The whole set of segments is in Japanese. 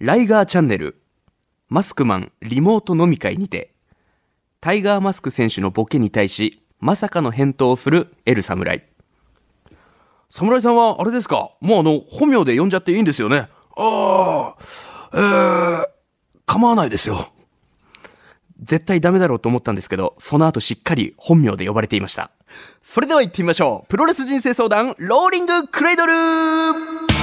ライガーチャンネル、マスクマンリモート飲み会にて、タイガーマスク選手のボケに対し、まさかの返答をするエル侍。侍さんは、あれですかもうあの、本名で呼んじゃっていいんですよねああ、えー、構わないですよ。絶対ダメだろうと思ったんですけど、その後しっかり本名で呼ばれていました。それでは行ってみましょう。プロレス人生相談、ローリングクレイドル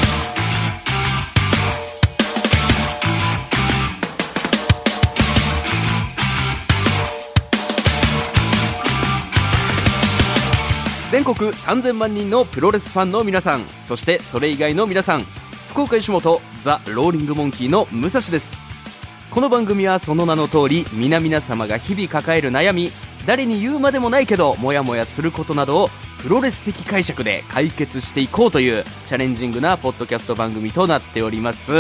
全国3000万人のプロレスファンの皆さんそしてそれ以外の皆さん福岡吉本ザ・ローリングモンキーの武蔵ですこの番組はその名の通り皆々様が日々抱える悩み誰に言うまでもないけどモヤモヤすることなどをプロレス的解釈で解決していこうというチャレンジングなポッドキャスト番組となっております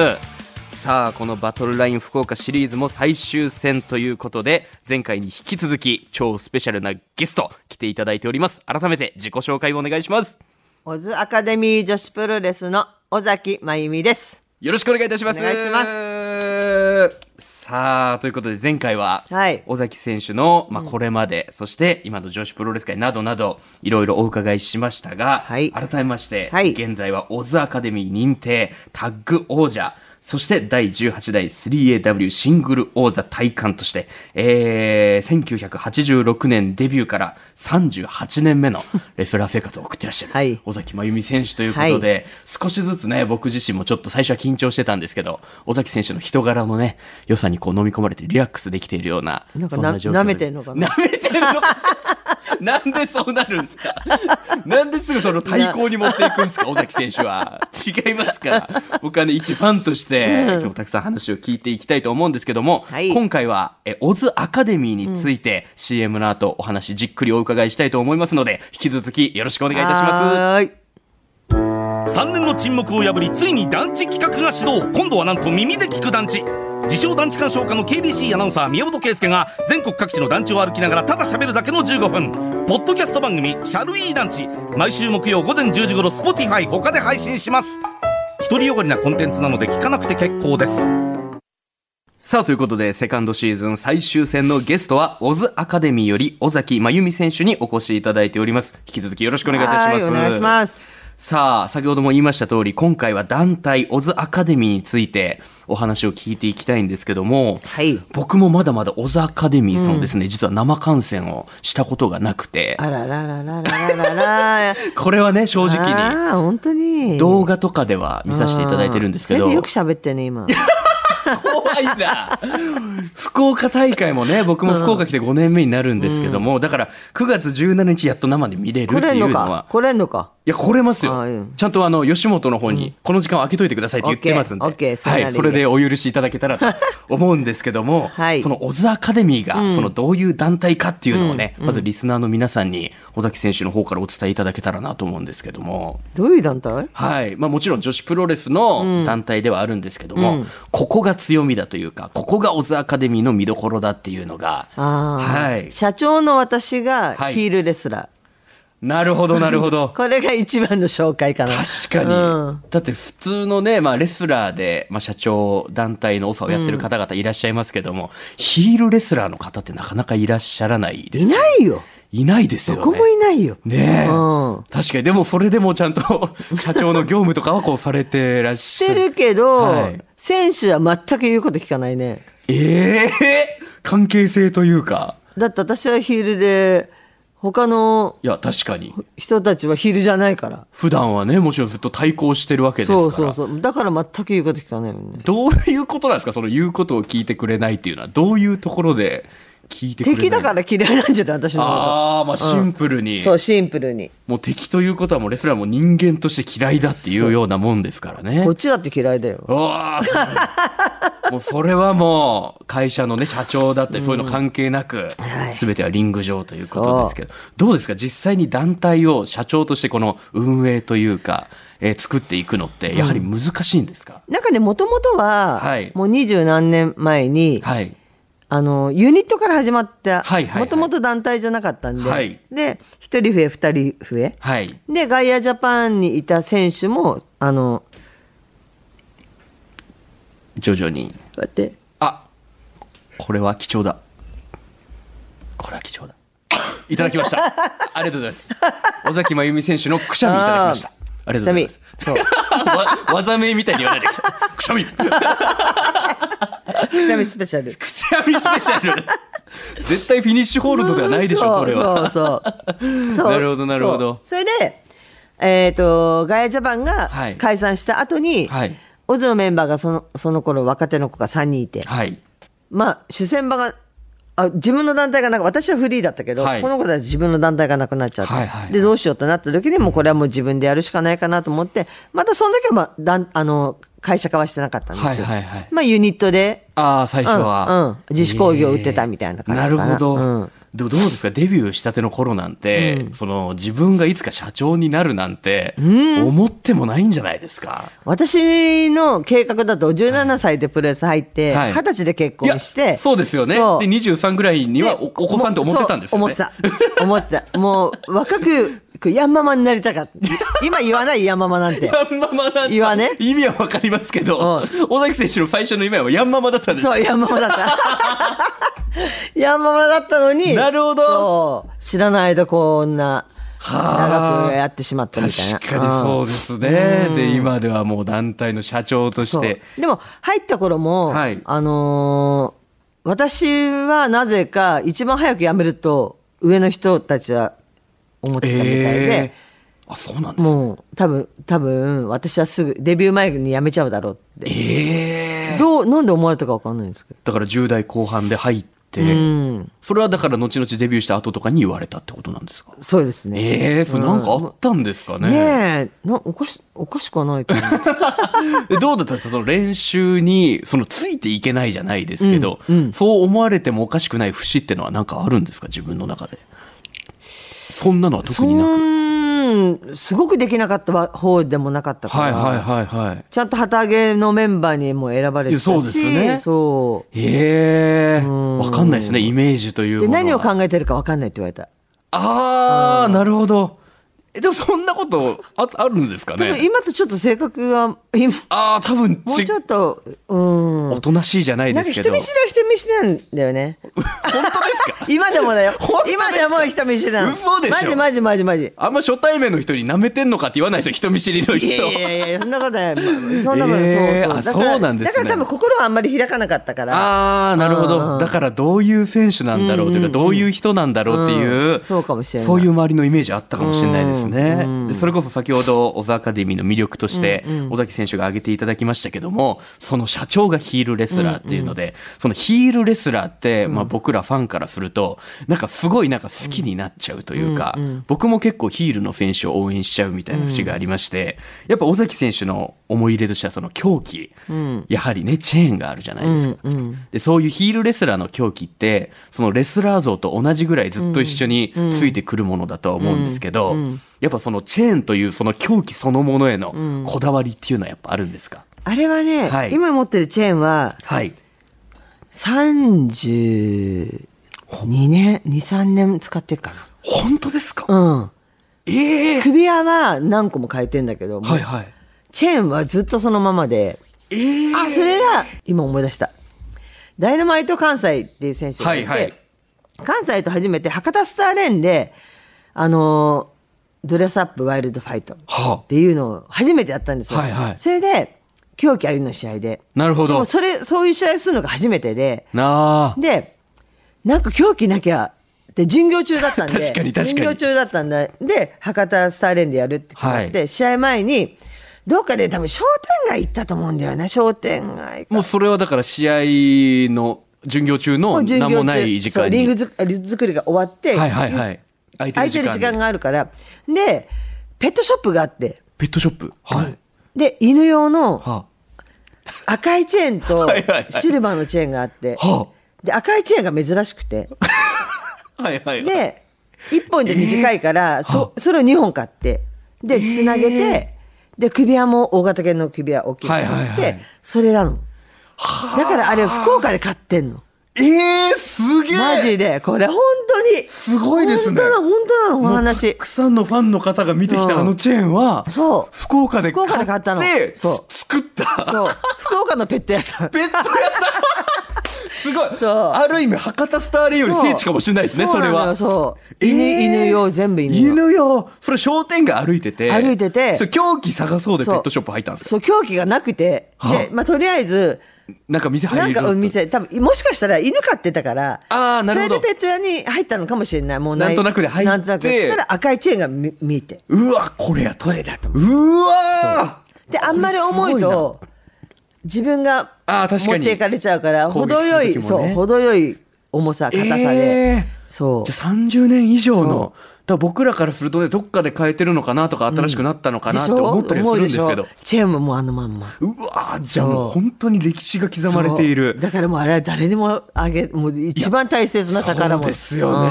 さあこのバトルライン福岡シリーズも最終戦ということで前回に引き続き超スペシャルなゲスト来ていただいております改めて自己紹介をお願いしますオズアカデミー女子プロレスの尾崎真由美ですよろしくお願いいたしますお願いしますさあということで前回ははい尾崎選手の、まあ、これまで、そして今の女子プロレス界などなどいろいろお伺いしましたが、はい改めまして、はい現在はオズアカデミー認定タッグ王者そして第18代 3AW シングル王座体感として、えー、1986年デビューから38年目のレスラー生活を送ってらっしゃる、はい尾崎真由美選手ということで、少しずつね、僕自身もちょっと最初は緊張してたんですけど、尾崎選手の人柄のね、良さにこう飲み込まれてリラックスできているような、なんかそんなな状況で舐めてんのかな舐めてんのか ななんでそうなるんですかなんですぐその対抗に持っていくんですか尾崎選手は。違いますから。僕はね、一ファンとして、今日もたくさん話を聞いていきたいと思うんですけども、はい今回は、え、オズアカデミーについて、CM の後お話じっくりお伺いしたいと思いますので、引き続きよろしくお願いいたします。はーい3年の沈黙を破りついに団地企画が始動今度はなんと耳で聞く団地自称団地鑑賞家の KBC アナウンサー宮本圭介が全国各地の団地を歩きながらただ喋るだけの15分ポッドキャスト番組「シャルイー団地」毎週木曜午前10時頃 Spotify 他で配信します独りよがりなコンテンツなので聞かなくて結構ですさあ、ということで、セカンドシーズン最終戦のゲストは、オズアカデミーより、尾崎真由美選手にお越しいただいております。引き続きよろしくお願いいたします。はーお願いしますさあ、先ほども言いました通り、今回は団体、オズアカデミーについてお話を聞いていきたいんですけども、はい僕もまだまだオズアカデミーさんをですね、実は生観戦をしたことがなくて、あららららららら らこれはね、正直に、ああ本当に動画とかでは見させていただいてるんですけそど、れでよく喋ってね今怖いな 福岡大会もね僕も福岡来て5年目になるんですけども、だから9月17日やっと生で見れる来ってれんいうののかは来れんのかいや来れますよ、あうんちゃんとあの吉本の方にこの時間を空けといてくださいって言ってますんで、オッケーオッケーそれなはりでい、それでお許しいただけたら と思うんですけども、はいそのオズアカデミーがそのどういう団体かっていうのをね、まずリスナーの皆さんに尾崎選手の方からお伝えいただけたらなと思うんですけども。どういう団体はいまあ、もちろん女子プロレスの団体ではあるんですけども、ここが強みだというかここがオズアカデミーの見どころだっていうのがああ、はい社長の私がはいヒールレスラー、なるほどなるほ どこれが一番の紹介かな確かに、うんだって普通のね、まあ、レスラーで、まあ、社長団体のオファーをやってる方々いらっしゃいますけども、ヒールレスラーの方ってなかなかいらっしゃらないですいないよいないですよどねこもいないよ、ねえ、うん確かにでもそれでもちゃんと 社長の業務とかはこうされてらっししゃてるるけど、はい選手は全く言うこと聞かないねええ関係性というかだって私はヒールで他のいや確かに人たちはヒールじゃないから普段はねもちろんずっと対抗してるわけですからそうそうそうだから全く言うこと聞かないよねどういうことなんですかその言うことを聞いてくれないっていうのはどういうところで聞いてくれない敵だから嫌いなんじゃない私のこああまあシンプルとに、そうシンプルにもう敵ということはもうレスラーも人間として嫌いだっていうようなもんですからねこっちだって嫌いだようわーそうもうそれはもう会社のね社長だったりそういうの関係なくはい全てはリング上ということですけどどうですか実際に団体を社長としてこの運営というか、えー作っていくのってやはり難しいんですか、なんかねもともとは、はいもう二十何年前に、はいあのユニットから始まったはいはいはいもともと団体じゃなかったんで、はいで1人増え2人増えはいでガイアジャパンにいた選手もあの徐々に待って。あこれは貴重だこれは貴重だいただきました ありがとうございます尾崎真由美選手のくしゃみいただきましたあーありがとうございますそう。わ技名みたいに言わないでくださいくしゃみくしゃみスペシ ャル。くしゃみスペシャル絶対フィニッシュホールドではないでしょそれはそうそう そうそうなるほどなるほどそうそれでえっ、とガヤジャパンがはい解散した後に、はいオズのメンバーがそのその頃若手の子が3人いて、はいまあ主戦場があ自分の団体がなんか私はフリーだったけど、はいこの子たち自分の団体がなくなっちゃって、はいはいはいでどうしようってなった時にもうこれはもう自分でやるしかないかなと思ってまたその時は、まあ、だんあの会社化はしてなかったんですけど、はいはいはいまあユニットでああ最初は、うんうん自主興行売ってたみたいな感じかなるほど、うんでもどうですかデビューしたての頃なんて、その自分がいつか社長になるなんて思ってもないんじゃないですか、私の計画だと17歳でプロレス入って、はい20歳で結いや婚して。そうですよねでそう23ぐらいにはおお子さんって思ってたんですよねもうそう思ってた。思ってた。もう若く、ヤンママになりたか った。今言わないヤンママなんて。ヤンママなんだ言わね意味はわかりますけど、尾崎選手の最初の夢はヤンママだったんですそう、ヤンママだった。ヤンママだったのに。なるほどそう知らない間こんな、はあ長くやってしまったみたいな。確かにそうですね、で今ではもう団体の社長としそうてでも入った頃も、はいあのー私はなぜか一番早く辞めると上の人たちは思ってたみたいで、ーあそうなんですねもう多分多分私はすぐデビュー前に辞めちゃうだろうって、ええどうなんで思われたか分かんないんですけどだから10代後半で入って、それはだから後々デビューした後とかに言われたってことなんですかそうですね。ええそれなんかあったんですかね,、ねえなおかしおかしくはないと思うえどうだったんですかその練習にそのついていけないじゃないですけど、そう思われてもおかしくない節ってのはなんかあるんですか自分の中でそんなのは 特そになくんすごくできなかった方でもなかったから、はいはいはいはいちゃんと旗揚げのメンバーにも選ばれてたしそうですねそうええわかんないですねイメージというもでのは何を考えてるか分かんないって言われた、ああ、なるほどえでもそんなことああるんですか多分ね今とちょっと性格が今ああ多分もうちちょっとうんおとなしいじゃないなでんかすけ人ど。見知りは人見知りなんだよね本当ですか今でもだよ本当ですか今でも人見知りなの嘘でしょマジマジマジマジあんま初対面の人に舐めてんのかって言わないですよ、人見知りの人。いやいやいやいやそんなことないそんなことない、えーそうそあうそうなんですねだから多分心はあんまり開かなかったからああ、なるほうんうど。んだからどういう選手なんだろうというか、どういう人なんだろうっていうう。んそうかもしれないそういう周りのイメージあったかもしれないですね。でそれこそ先ほど、小沢アカデミーの魅力として、尾崎選手が挙げていただきましたけども、その社長がヒールレスラーっていうので、そのヒールレスラーって、まあ僕らファンからすると、なんかすごいなんか好きになっちゃうというか、僕も結構ヒールの選手を応援しちゃうみたいな節がありまして、やっぱ尾崎選手の思い入れとしてはその狂気、やはりね、チェーンがあるじゃないですか。で、そういうヒールレスラーの狂気って、そのレスラー像と同じぐらいずっと一緒についてくるものだとは思うんですけど、やっぱそのチェーンというその狂気そのものへのこだわりっていうのはやっぱあるんですか、あれはね、はい今持ってるチェーンははい。 32年23年使ってるか本当ですか、なうんええ 首輪は何個も変えてんだけども、はいはい。チェーンはずっとそのままで、ええあ、それが、今思い出した。ダイナマイト関西っていう選手がいて、はいはい関西と初めて博多スターレンで、あのードレスアップワイルドファイトっはあ。ていうのを初めてやったんですよ。はいはいそれで、狂気ありの試合で。なるほでども。それ、そういう試合するのが初めてで、なあ。で、なんか狂気なきゃ、で、巡業中だったんで、 確かに確かに巡業中だったんで、で、博多スターレンでやるって決まって、は試合前に、どっかで多分商店街行ったと思うんだよね、商店街か。もうそれはだから試合の巡業中の何もない時そう間リングに。づくリング作りが終わって、はいはいはい。空いて空るいて時る時間間に。があるから、で、ペットショップがあって、ペットショップ。はい。で、犬用のは赤いチェーンとはいはいはいシルバーのチェーンがあって、はで、赤いチェーンが珍しくて、あ。はいはいはい。で、1本じゃ短いから、そそれを2本買って、で、つなげて、で、首輪も大型犬の首輪大きいの買って、はいはいはいそれなの。だからあれ、福岡で買ってんの。えー、すげえマジでこれ本当にすごいですね本当なの本当なのおもう話たくさんのファンの方が見てきうんたあのチェーンは、そう福岡で福岡で買ったの買ってそう作ったそう福岡のペット屋さん ペット屋さん すごいそうある意味博多スターリーより聖地かもしれないですねそそうれなのよはそうえー犬、犬用全部犬用犬よそれ商店街歩いてて歩いててそう凶器探そうでペそうットショップ入ったんですよそう狂気がなくてはで、まあ、とりあえずなんか店入なれんるかお店多分もしかしたら犬飼ってたからあーなるほどそれでペット屋に入ったのかもしれないもういなんとなくで入ってなんとなくただ赤いチェーンが見見えてうわこれやとこれだと思ううわであんまり重いと自分があー確か持っにていかれちゃうから攻撃程よい、する時もそねう程よい重さー硬さで、えーそうじゃあ30年以上そのだから僕らからするとねどっかで変えてるのかなとか新しくなったのかなってでしょ思ったりはするんです思けうどでしょチェーンももうあのまんまうわーじゃあもう本当に歴史が刻まれていそるうだからもうあれは誰にもあげもう一番大切な宝物そうですよね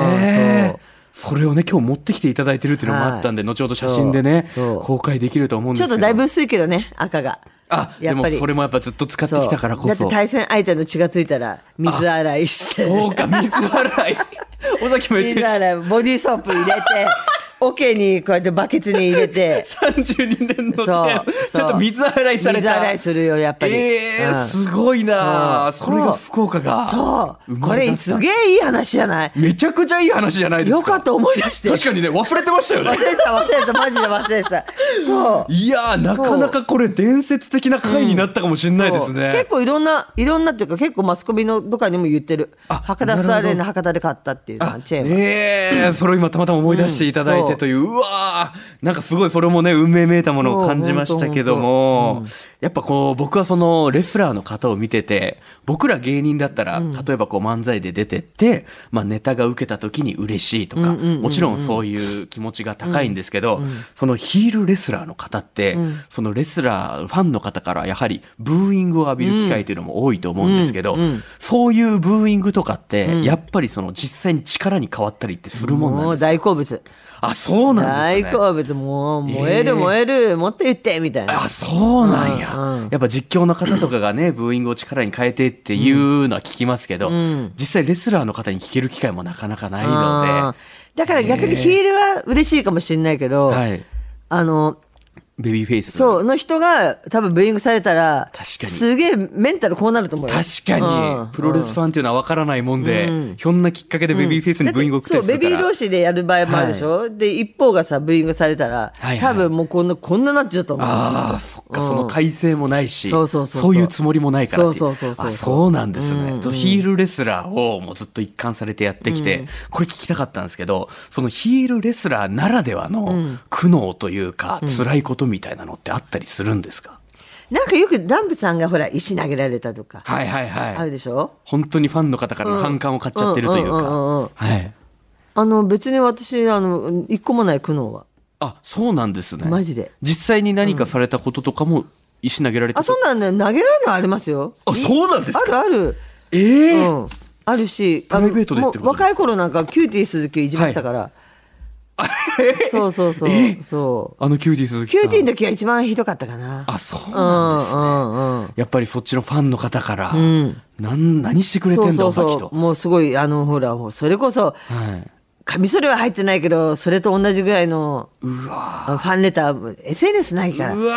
うんそうそれをね今日持ってきていただいてるっていうのもあったんで、はい後ほど写真でねそうそう公開できると思うんでちすょっけどとだいぶ薄いけどね赤があでやっもぱりそれもやっぱずっと使ってきたからこそだって対戦相手の血がついたら水洗いしてそうか 水洗い尾崎も言って水洗いボディーソープ入 れて桶にこうやってバケツに入れて32年のそう時代をちょっと水洗いされた水洗いするよやっぱりえーうんすごいなあそそうれが福岡がそう生こまれれ出したすげえいい話じゃないめちゃくちゃいい話じゃないですかよかった思い出して確かにね忘れてましたよね 忘れてた忘れてたマジで忘れてたそういやーなかなかこれ伝説的な回になったかもしれないですね、そう結構いろんないろんなっていうか結構マスコミのとかにも言ってるあ博多スターレーの博多で買ったっていうのはチェーンは、ええそれを今たまたま思い出していただいてという、うわーなんかすごいそれもね運命めいたものを感じましたけども、やっぱこう僕はそのレスラーの方を見てて僕ら芸人だったら、例えばこう漫才で出てって、まあ、ネタが受けた時に嬉しいとか、もちろんそういう気持ちが高いんですけど、そのヒールレスラーの方って、そのレスラーファンの方からやはりブーイングを浴びる機会というのも多いと思うんですけど、そういうブーイングとかって、やっぱりその実際に力に変わったりってするもんなんもでうす大好物あそうなんで大すね好物もう燃ええるー燃える、もっと言ってみたいなあそうなんや、うんうんやっぱ実況の方とかが ねブーイングを力に変えてっていうのは聞きますけど、ん実際レスラーの方に聞ける機会もなかなかないあのーだから逆にヒールは嬉しいかもしれないけど、で、はい、あのベビーフェイスそうの人が多分ブーイングされたら確かにすげえメンタルこうなると思うよ確かうにんプロレスファンっていうのは分からないもんで、ひょんなきっかけでベビーフェイスにブーイングを送ったそうりすベるかビら、ー同士でやる場合もあるでしょ、で一方がさブーイングされたら、はいはい多分もうこんなこんななっちゃうと思うああそっか、その改正もないしそうそうそうそそうういうつもりもないからっていそうそうそうそうあそうなんですね、ヒールレスラーをもうずっと一貫されてやってきて、これ聞きたかったんですけどそのヒールレスラーならではの苦悩というか、辛いことみたいなのってあったりするんですか、なんかよくダンプさんがほら石投げられたとか、はいはいあはるいでしょ本当にファンの方からの反感を買っちゃってるといううんうんうんうんうんかはいあの別に私あの一個もない苦悩はあそうなんですねマジで実際に何かされたこととかも石投げられてあそんなんね投げられるのありますよあそうなんですかあるある、ええうんあるしプライベートであっのもてことですうか若い頃なんかキューティー鈴木をいじめて たから、そうそうそうそうあのキューティー鈴木キさんューティーの時が一番ひどかったかなあそうなんですね、うんうんうんやっぱりそっちのファンの方から、なん何してくれてんだそ尾うそう崎そとう。もうすごいあのほらもうそれこそはいカミソリは入ってないけどそれと同じぐらいのうわあのファンレター SNS ないからーうわ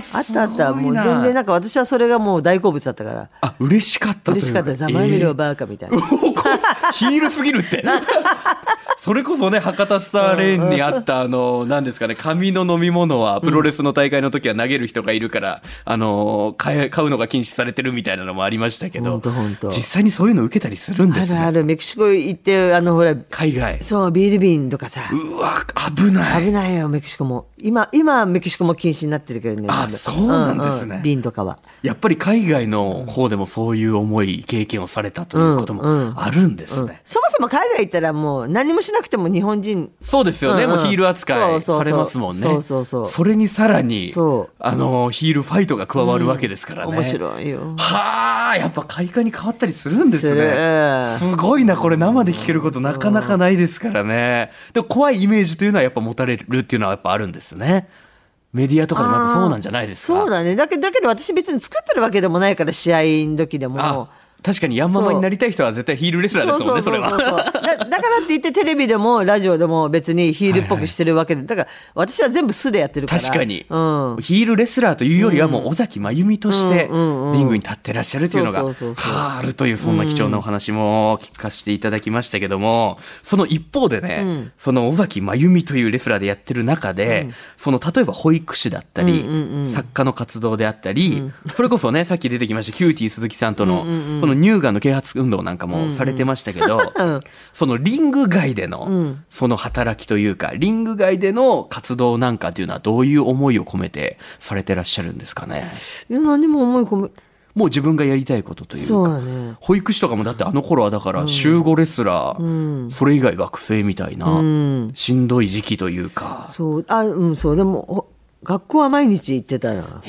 ーあったあったすごもいうな全然なんか私はそれがもう大好物だったからあ嬉しかったという嬉しかったざまみろバーカみたいな、えー こうヒールすぎるって それこそね博多スターレーンにあったあの何ですかね紙の飲み物はプロレスの大会の時は投げる人がいるから、あの買え買うのが禁止されてるみたいなのもありましたけほどんとほんと実際にそういうの受けたりするんであするねあるメキシコ行ってあのほら海外そうビール瓶とかさうわ危ない危ないよメキシコも今今メキシコも禁止になってるけどねあ全部そうなんですねうう瓶とかはやっぱり海外の方でもそういう思い、経験をされたということうんうもあるんですね。そもそも海外行ったらもう何もしなくても日本人そうですよね、うんうんもうヒール扱いそうそうそうされますもんね。そうそうそうそれにさらにそう、あの、ヒールファイトが加わるわけですからね。面白いよはあ、やっぱ開花に変わったりするんですね。すすごいな、これ生で聞けることなかなかないですからね。でも怖いイメージというのはやっぱ持たれるっていうのはやっぱあるんですね。メディアとかでもやっぱそうなんじゃないですか。そうだねだけだけど私別に作ってるわけでもないから試合の時でもあ確かにヤンママになりたい人は絶対ヒールレスラーですもんねそれはだだからって言ってテレビでもラジオでも別にヒールっぽくしてるわけで、だから私は全部素でやってるから確かに、うん、ヒールレスラーというよりはもう尾崎真由美としてリうんうんうんングに立ってらっしゃるというのがそうそうそうそうはあるというそんな貴重なお話も聞かせていただきましたけどもその一方でね、んその尾崎真由美というレスラーでやってる中で、その例えば保育士だったり、うんうんうん作家の活動であったり、それこそねさっき出てきましたキューティー鈴木さんとの、この乳がんの啓発運動なんかもされてましたけど、うんそのリング外での、んその働きというか、リング外での活動なんかというのはどういう思いを込めてされてらっしゃるんですかね。いや何も思い込むもう自分がやりたいことというそうか。だね保育士とかもだってあの頃はだから週5レスラー、うんそれ以外学生みたいな、うんしんどい時期というか。そうあうんそうでもほ学校は毎日行ってたなへ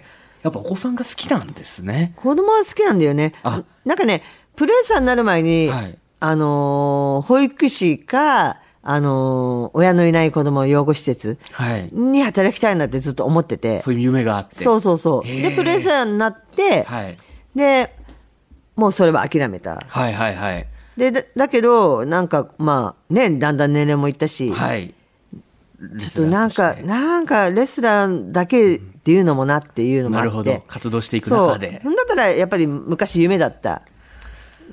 え。やっぱお子さんが好きなんですね。子供は好きなんだよねあなんかねプロレーサーになる前に、はいあのー保育士かあのー親のいない子供養護施設はい。に働きたいなってずっと思っててそういう夢があって。そうそうそうへでープロレーサーになって、はい。でもうそれは諦めたはいはいはい。でだだけどなんかまあねだんだん年齢もいったし、はい。ちょっとなんかなんかレスラーだけっていうのもなっていうのもあなってるほど。活動していく中でそ。うそんだったらやっぱり昔夢だった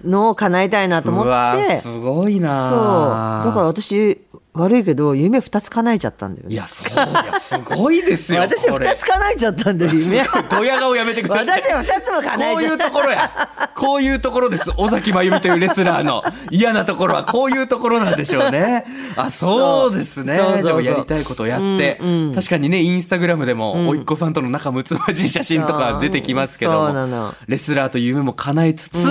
のを叶えたいなと思ってうわーすごいそうだなーから私悪いけど夢2つ叶えちゃったんだよいねやそういやすごいですよ私これ2つ叶えちゃった んだよ夢ドヤ顔やめてください私は2つも叶えこうちいゃうったところ やこういうところです尾崎真由美というレスラーの嫌なところはこういうところなんでしょうねあそうですねそうそうそうじゃあやりたいことをやって、確かにねインスタグラムでも、おいっ子さんとの仲睦まじい写真とか出てきますけどもそうなのレスラーという夢も叶えつつ、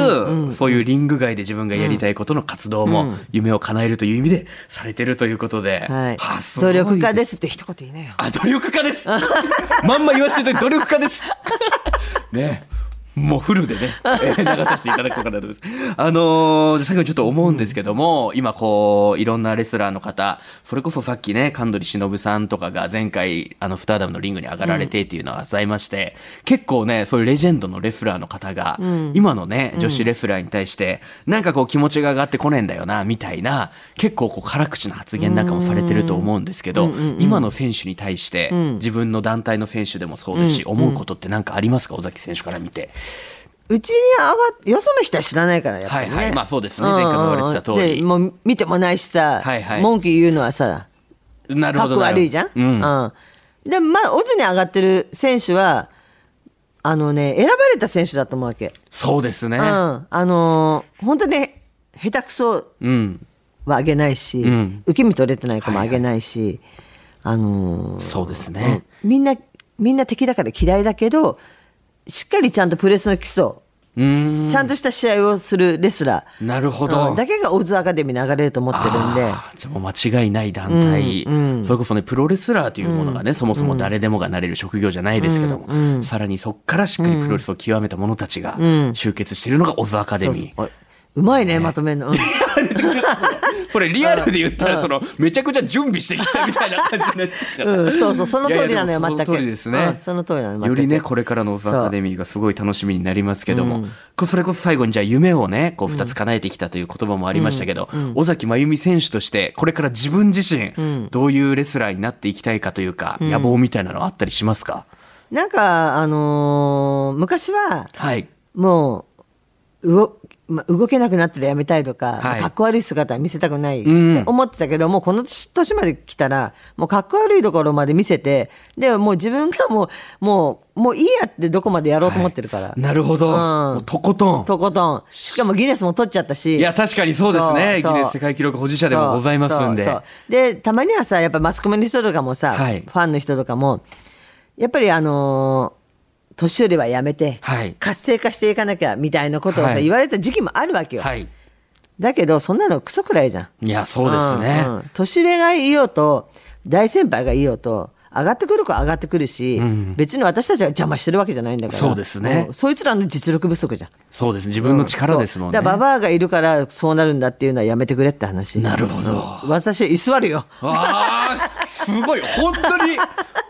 そういうリング外で自分がやりたいことの活動も、夢を叶えるという意味でされてるということで、はいあすご努い力家ですって一言言いなよあ、努力家です。 まんま言わせていただいて努力家です。 ねえ。もうフルでね、えー流させていただこうかなと思います。あのー最後にちょっと思うんですけども、今こう、いろんなレスラーの方、それこそさっきね、神取忍さんとかが前回、あの、スターダムのリングに上がられてっていうのはございまして、結構ね、そういうレジェンドのレスラーの方が、今のね、女子レスラーに対して、なんかこう気持ちが上がってこねえんだよな、みたいな、結構こう辛口な発言なんかもされてると思うんですけど、今の選手に対して、自分の団体の選手でもそうですし、思うことってなんかありますか尾崎選手から見て。うちに上がっよその人は知らないからやっぱはりいね、はい。まあそうですね。前回も言われてた通でり。もう見てもないしさ、はいはい文句言うのはさなるかほっどこなるほど。悪いじゃん、うん。うんでまあオズに上がってる選手はあのね選ばれた選手だと思うわけ、そうですね。うん、あのー本当に下手くそうん。はあげないし、うん受け身取れてない子もあげないし、あのーそうですね。みんなみんな敵だから嫌いだけどしっかりちゃんとプレスの基礎うーん。ちゃんとした試合をするレスラー、なるほど。うんだけがオズアカデミーに上がれると思ってるんで。あーじゃあもう間違いない団体、うんうんそれこそねプロレスラーというものがね、そもそも誰でもがなれる職業じゃないですけども、さらにそこからしっかりプロレスを極めた者たちが集結しているのがオズアカデミー。そうそうおいうまいね、まとめるの。うんそれリアルで言ったらそのめちゃくちゃ準備してきたみたいな感じになってるからうん、そうそう、その通りなのよ、 いやいやでもそ全く。の通りですねうんその通りなの、全よくりね、これからのオズアカデミーがすごい楽しみになりますけども、こうそれこそ最後にじゃあ夢をね、こう2つ叶えてきたという言葉もありましたけど、尾崎真由美選手として、これから自分自身、どういうレスラーになっていきたいかというか、野望みたいなのあったりしますかなんか、あのー昔は、はい。もう、動、まあ、動けなくなったらやめたいとか、はいかっこ悪い姿は見せたくないってん思ってたけど、もうこの年年まで来たら、もうかっこ悪いところまで見せて、で、もう自分がもう、もう、もういいやってどこまでやろうと思ってるから。なるほど。うんもうとことん。とことん。しかもギネスも取っちゃったし。いや、確かにそうですね。そギうそうネス世界記録保持者でもございますんで。そうそうそうでたまにはさやっぱマスコミの人とかもさ、はいファンの人とかもやっぱりあのー年寄りはやめて、はい活性化していかなきゃみたいなことをさ、はい言われた時期もあるわけよ、はい。だけどそんなのクソくらいじゃんいや、そうですね。うんうん年上がいようと大先輩がいようと上がってくる子は上がってくるし、別に私たちが邪魔してるわけじゃないんだからそうですねもうそいつらの実力不足じゃんそうですね。自分の力ですもんね。そうだからババアがいるからそうなるんだっていうのはやめてくれって話なるほど。私は居座るよあーすごい本当に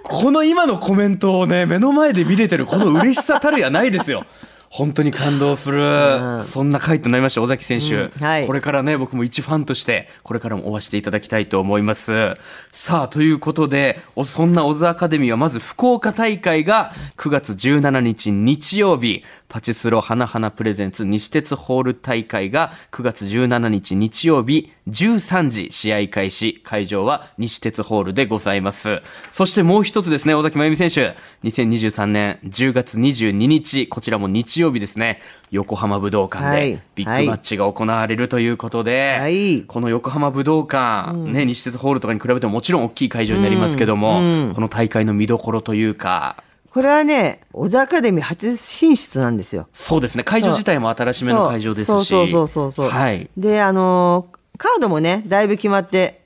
この今のコメントをね目の前で見れてるこの嬉しさたるやないですよ本当に感動する、うんそんな回となりました尾崎選手、うんはいこれからね僕も一ファンとしてこれからも追わせていただきたいと思いますさあということでおそんなオズアカデミーはまず福岡大会が9月17日日曜日パチスロ花々プレゼンツ西鉄ホール大会が9月17日日曜日13時試合開始会場は西鉄ホールでございますそしてもう一つですね尾崎真由美選手2023年10月22日こちらも日曜日ですね横浜武道館はでいビッグマッチが行われるということで、はいこの横浜武道館、ね、西鉄ホールとかに比べてももちろん大きい会場になりますけども、この大会の見どころというかこれはね、小沢アカデミー初進出なんですよ。そうですね会場自体も新しめの会場ですしそうそうそうそうそう。はい、で、あのーカードもね、だいぶ決まって、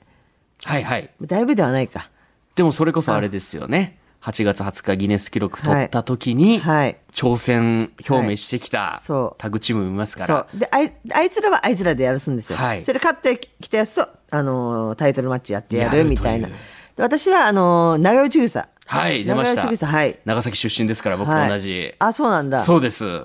はいはいだいぶではないか。でもそれこそあれですよね8月20日ギネス記録取った時に、はい。挑戦表明してきたそうタッグチームもいますから、そう。で、あい、あいつらはあいつらでやるすんですよ。はいそれ勝ってきたやつと、あのータイトルマッチやってややるるというみたいな。で私は、あのー長与千草。はい出ました長与千草、はい。長崎出身ですから僕と同じ、はいあ、そうなんだ。そうです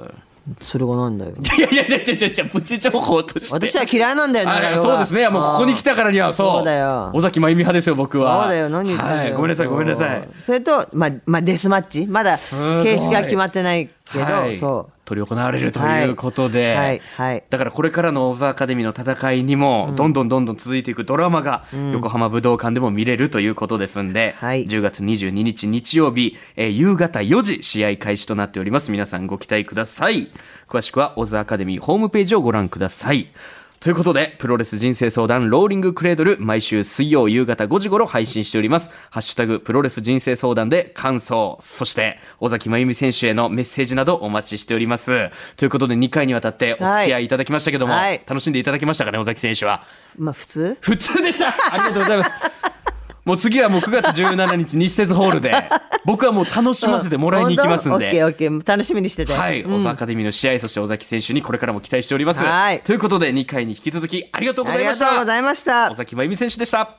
それがなんだよ。いやいやいやいやいやいやプチ情報として私は嫌いなんだよ、あ長いや与がそうですねいやもうここに来たからにはそうそうだよ尾崎真由美派ですよ僕はそうだよ、何言ってんだよはい、ごめんなさいごめんなさい。それと、まあ、まあ、デスマッチまだごい形式が決まってないけど、はい、そ取り行われるということで、はいはいはいだからこれからのオブアカデミーの戦いにもどんどんどんどん続いていくドラマが横浜武道館でも見れるということですんで、はい10月22日日曜日、えー夕方4時試合開始となっております皆さんご期待ください詳しくはオズアカデミーホームページをご覧くださいということで、プロレス人生相談、ローリングクレードル、毎週水曜夕方5時頃配信しております。ハッシュタグ、プロレス人生相談で感想、そして、尾崎真由美選手へのメッセージなどお待ちしております。ということで、2回にわたってお付き合いいただきましたけども、はいはい楽しんでいただけましたかね、尾崎選手は。うまあ普通普通でした ありがとうございます。もう次はもう9月17日、 西鉄ホールで、僕はもう楽しませてもらいに行きますんオッケでー。オッケー楽しみにしててはい、うんオズアカデミーの試合、そして尾崎選手にこれからも期待しております。はいということで、2回に引き続きありがとうごあざいりまがしとうたご。ざいました尾崎真由美選手でした。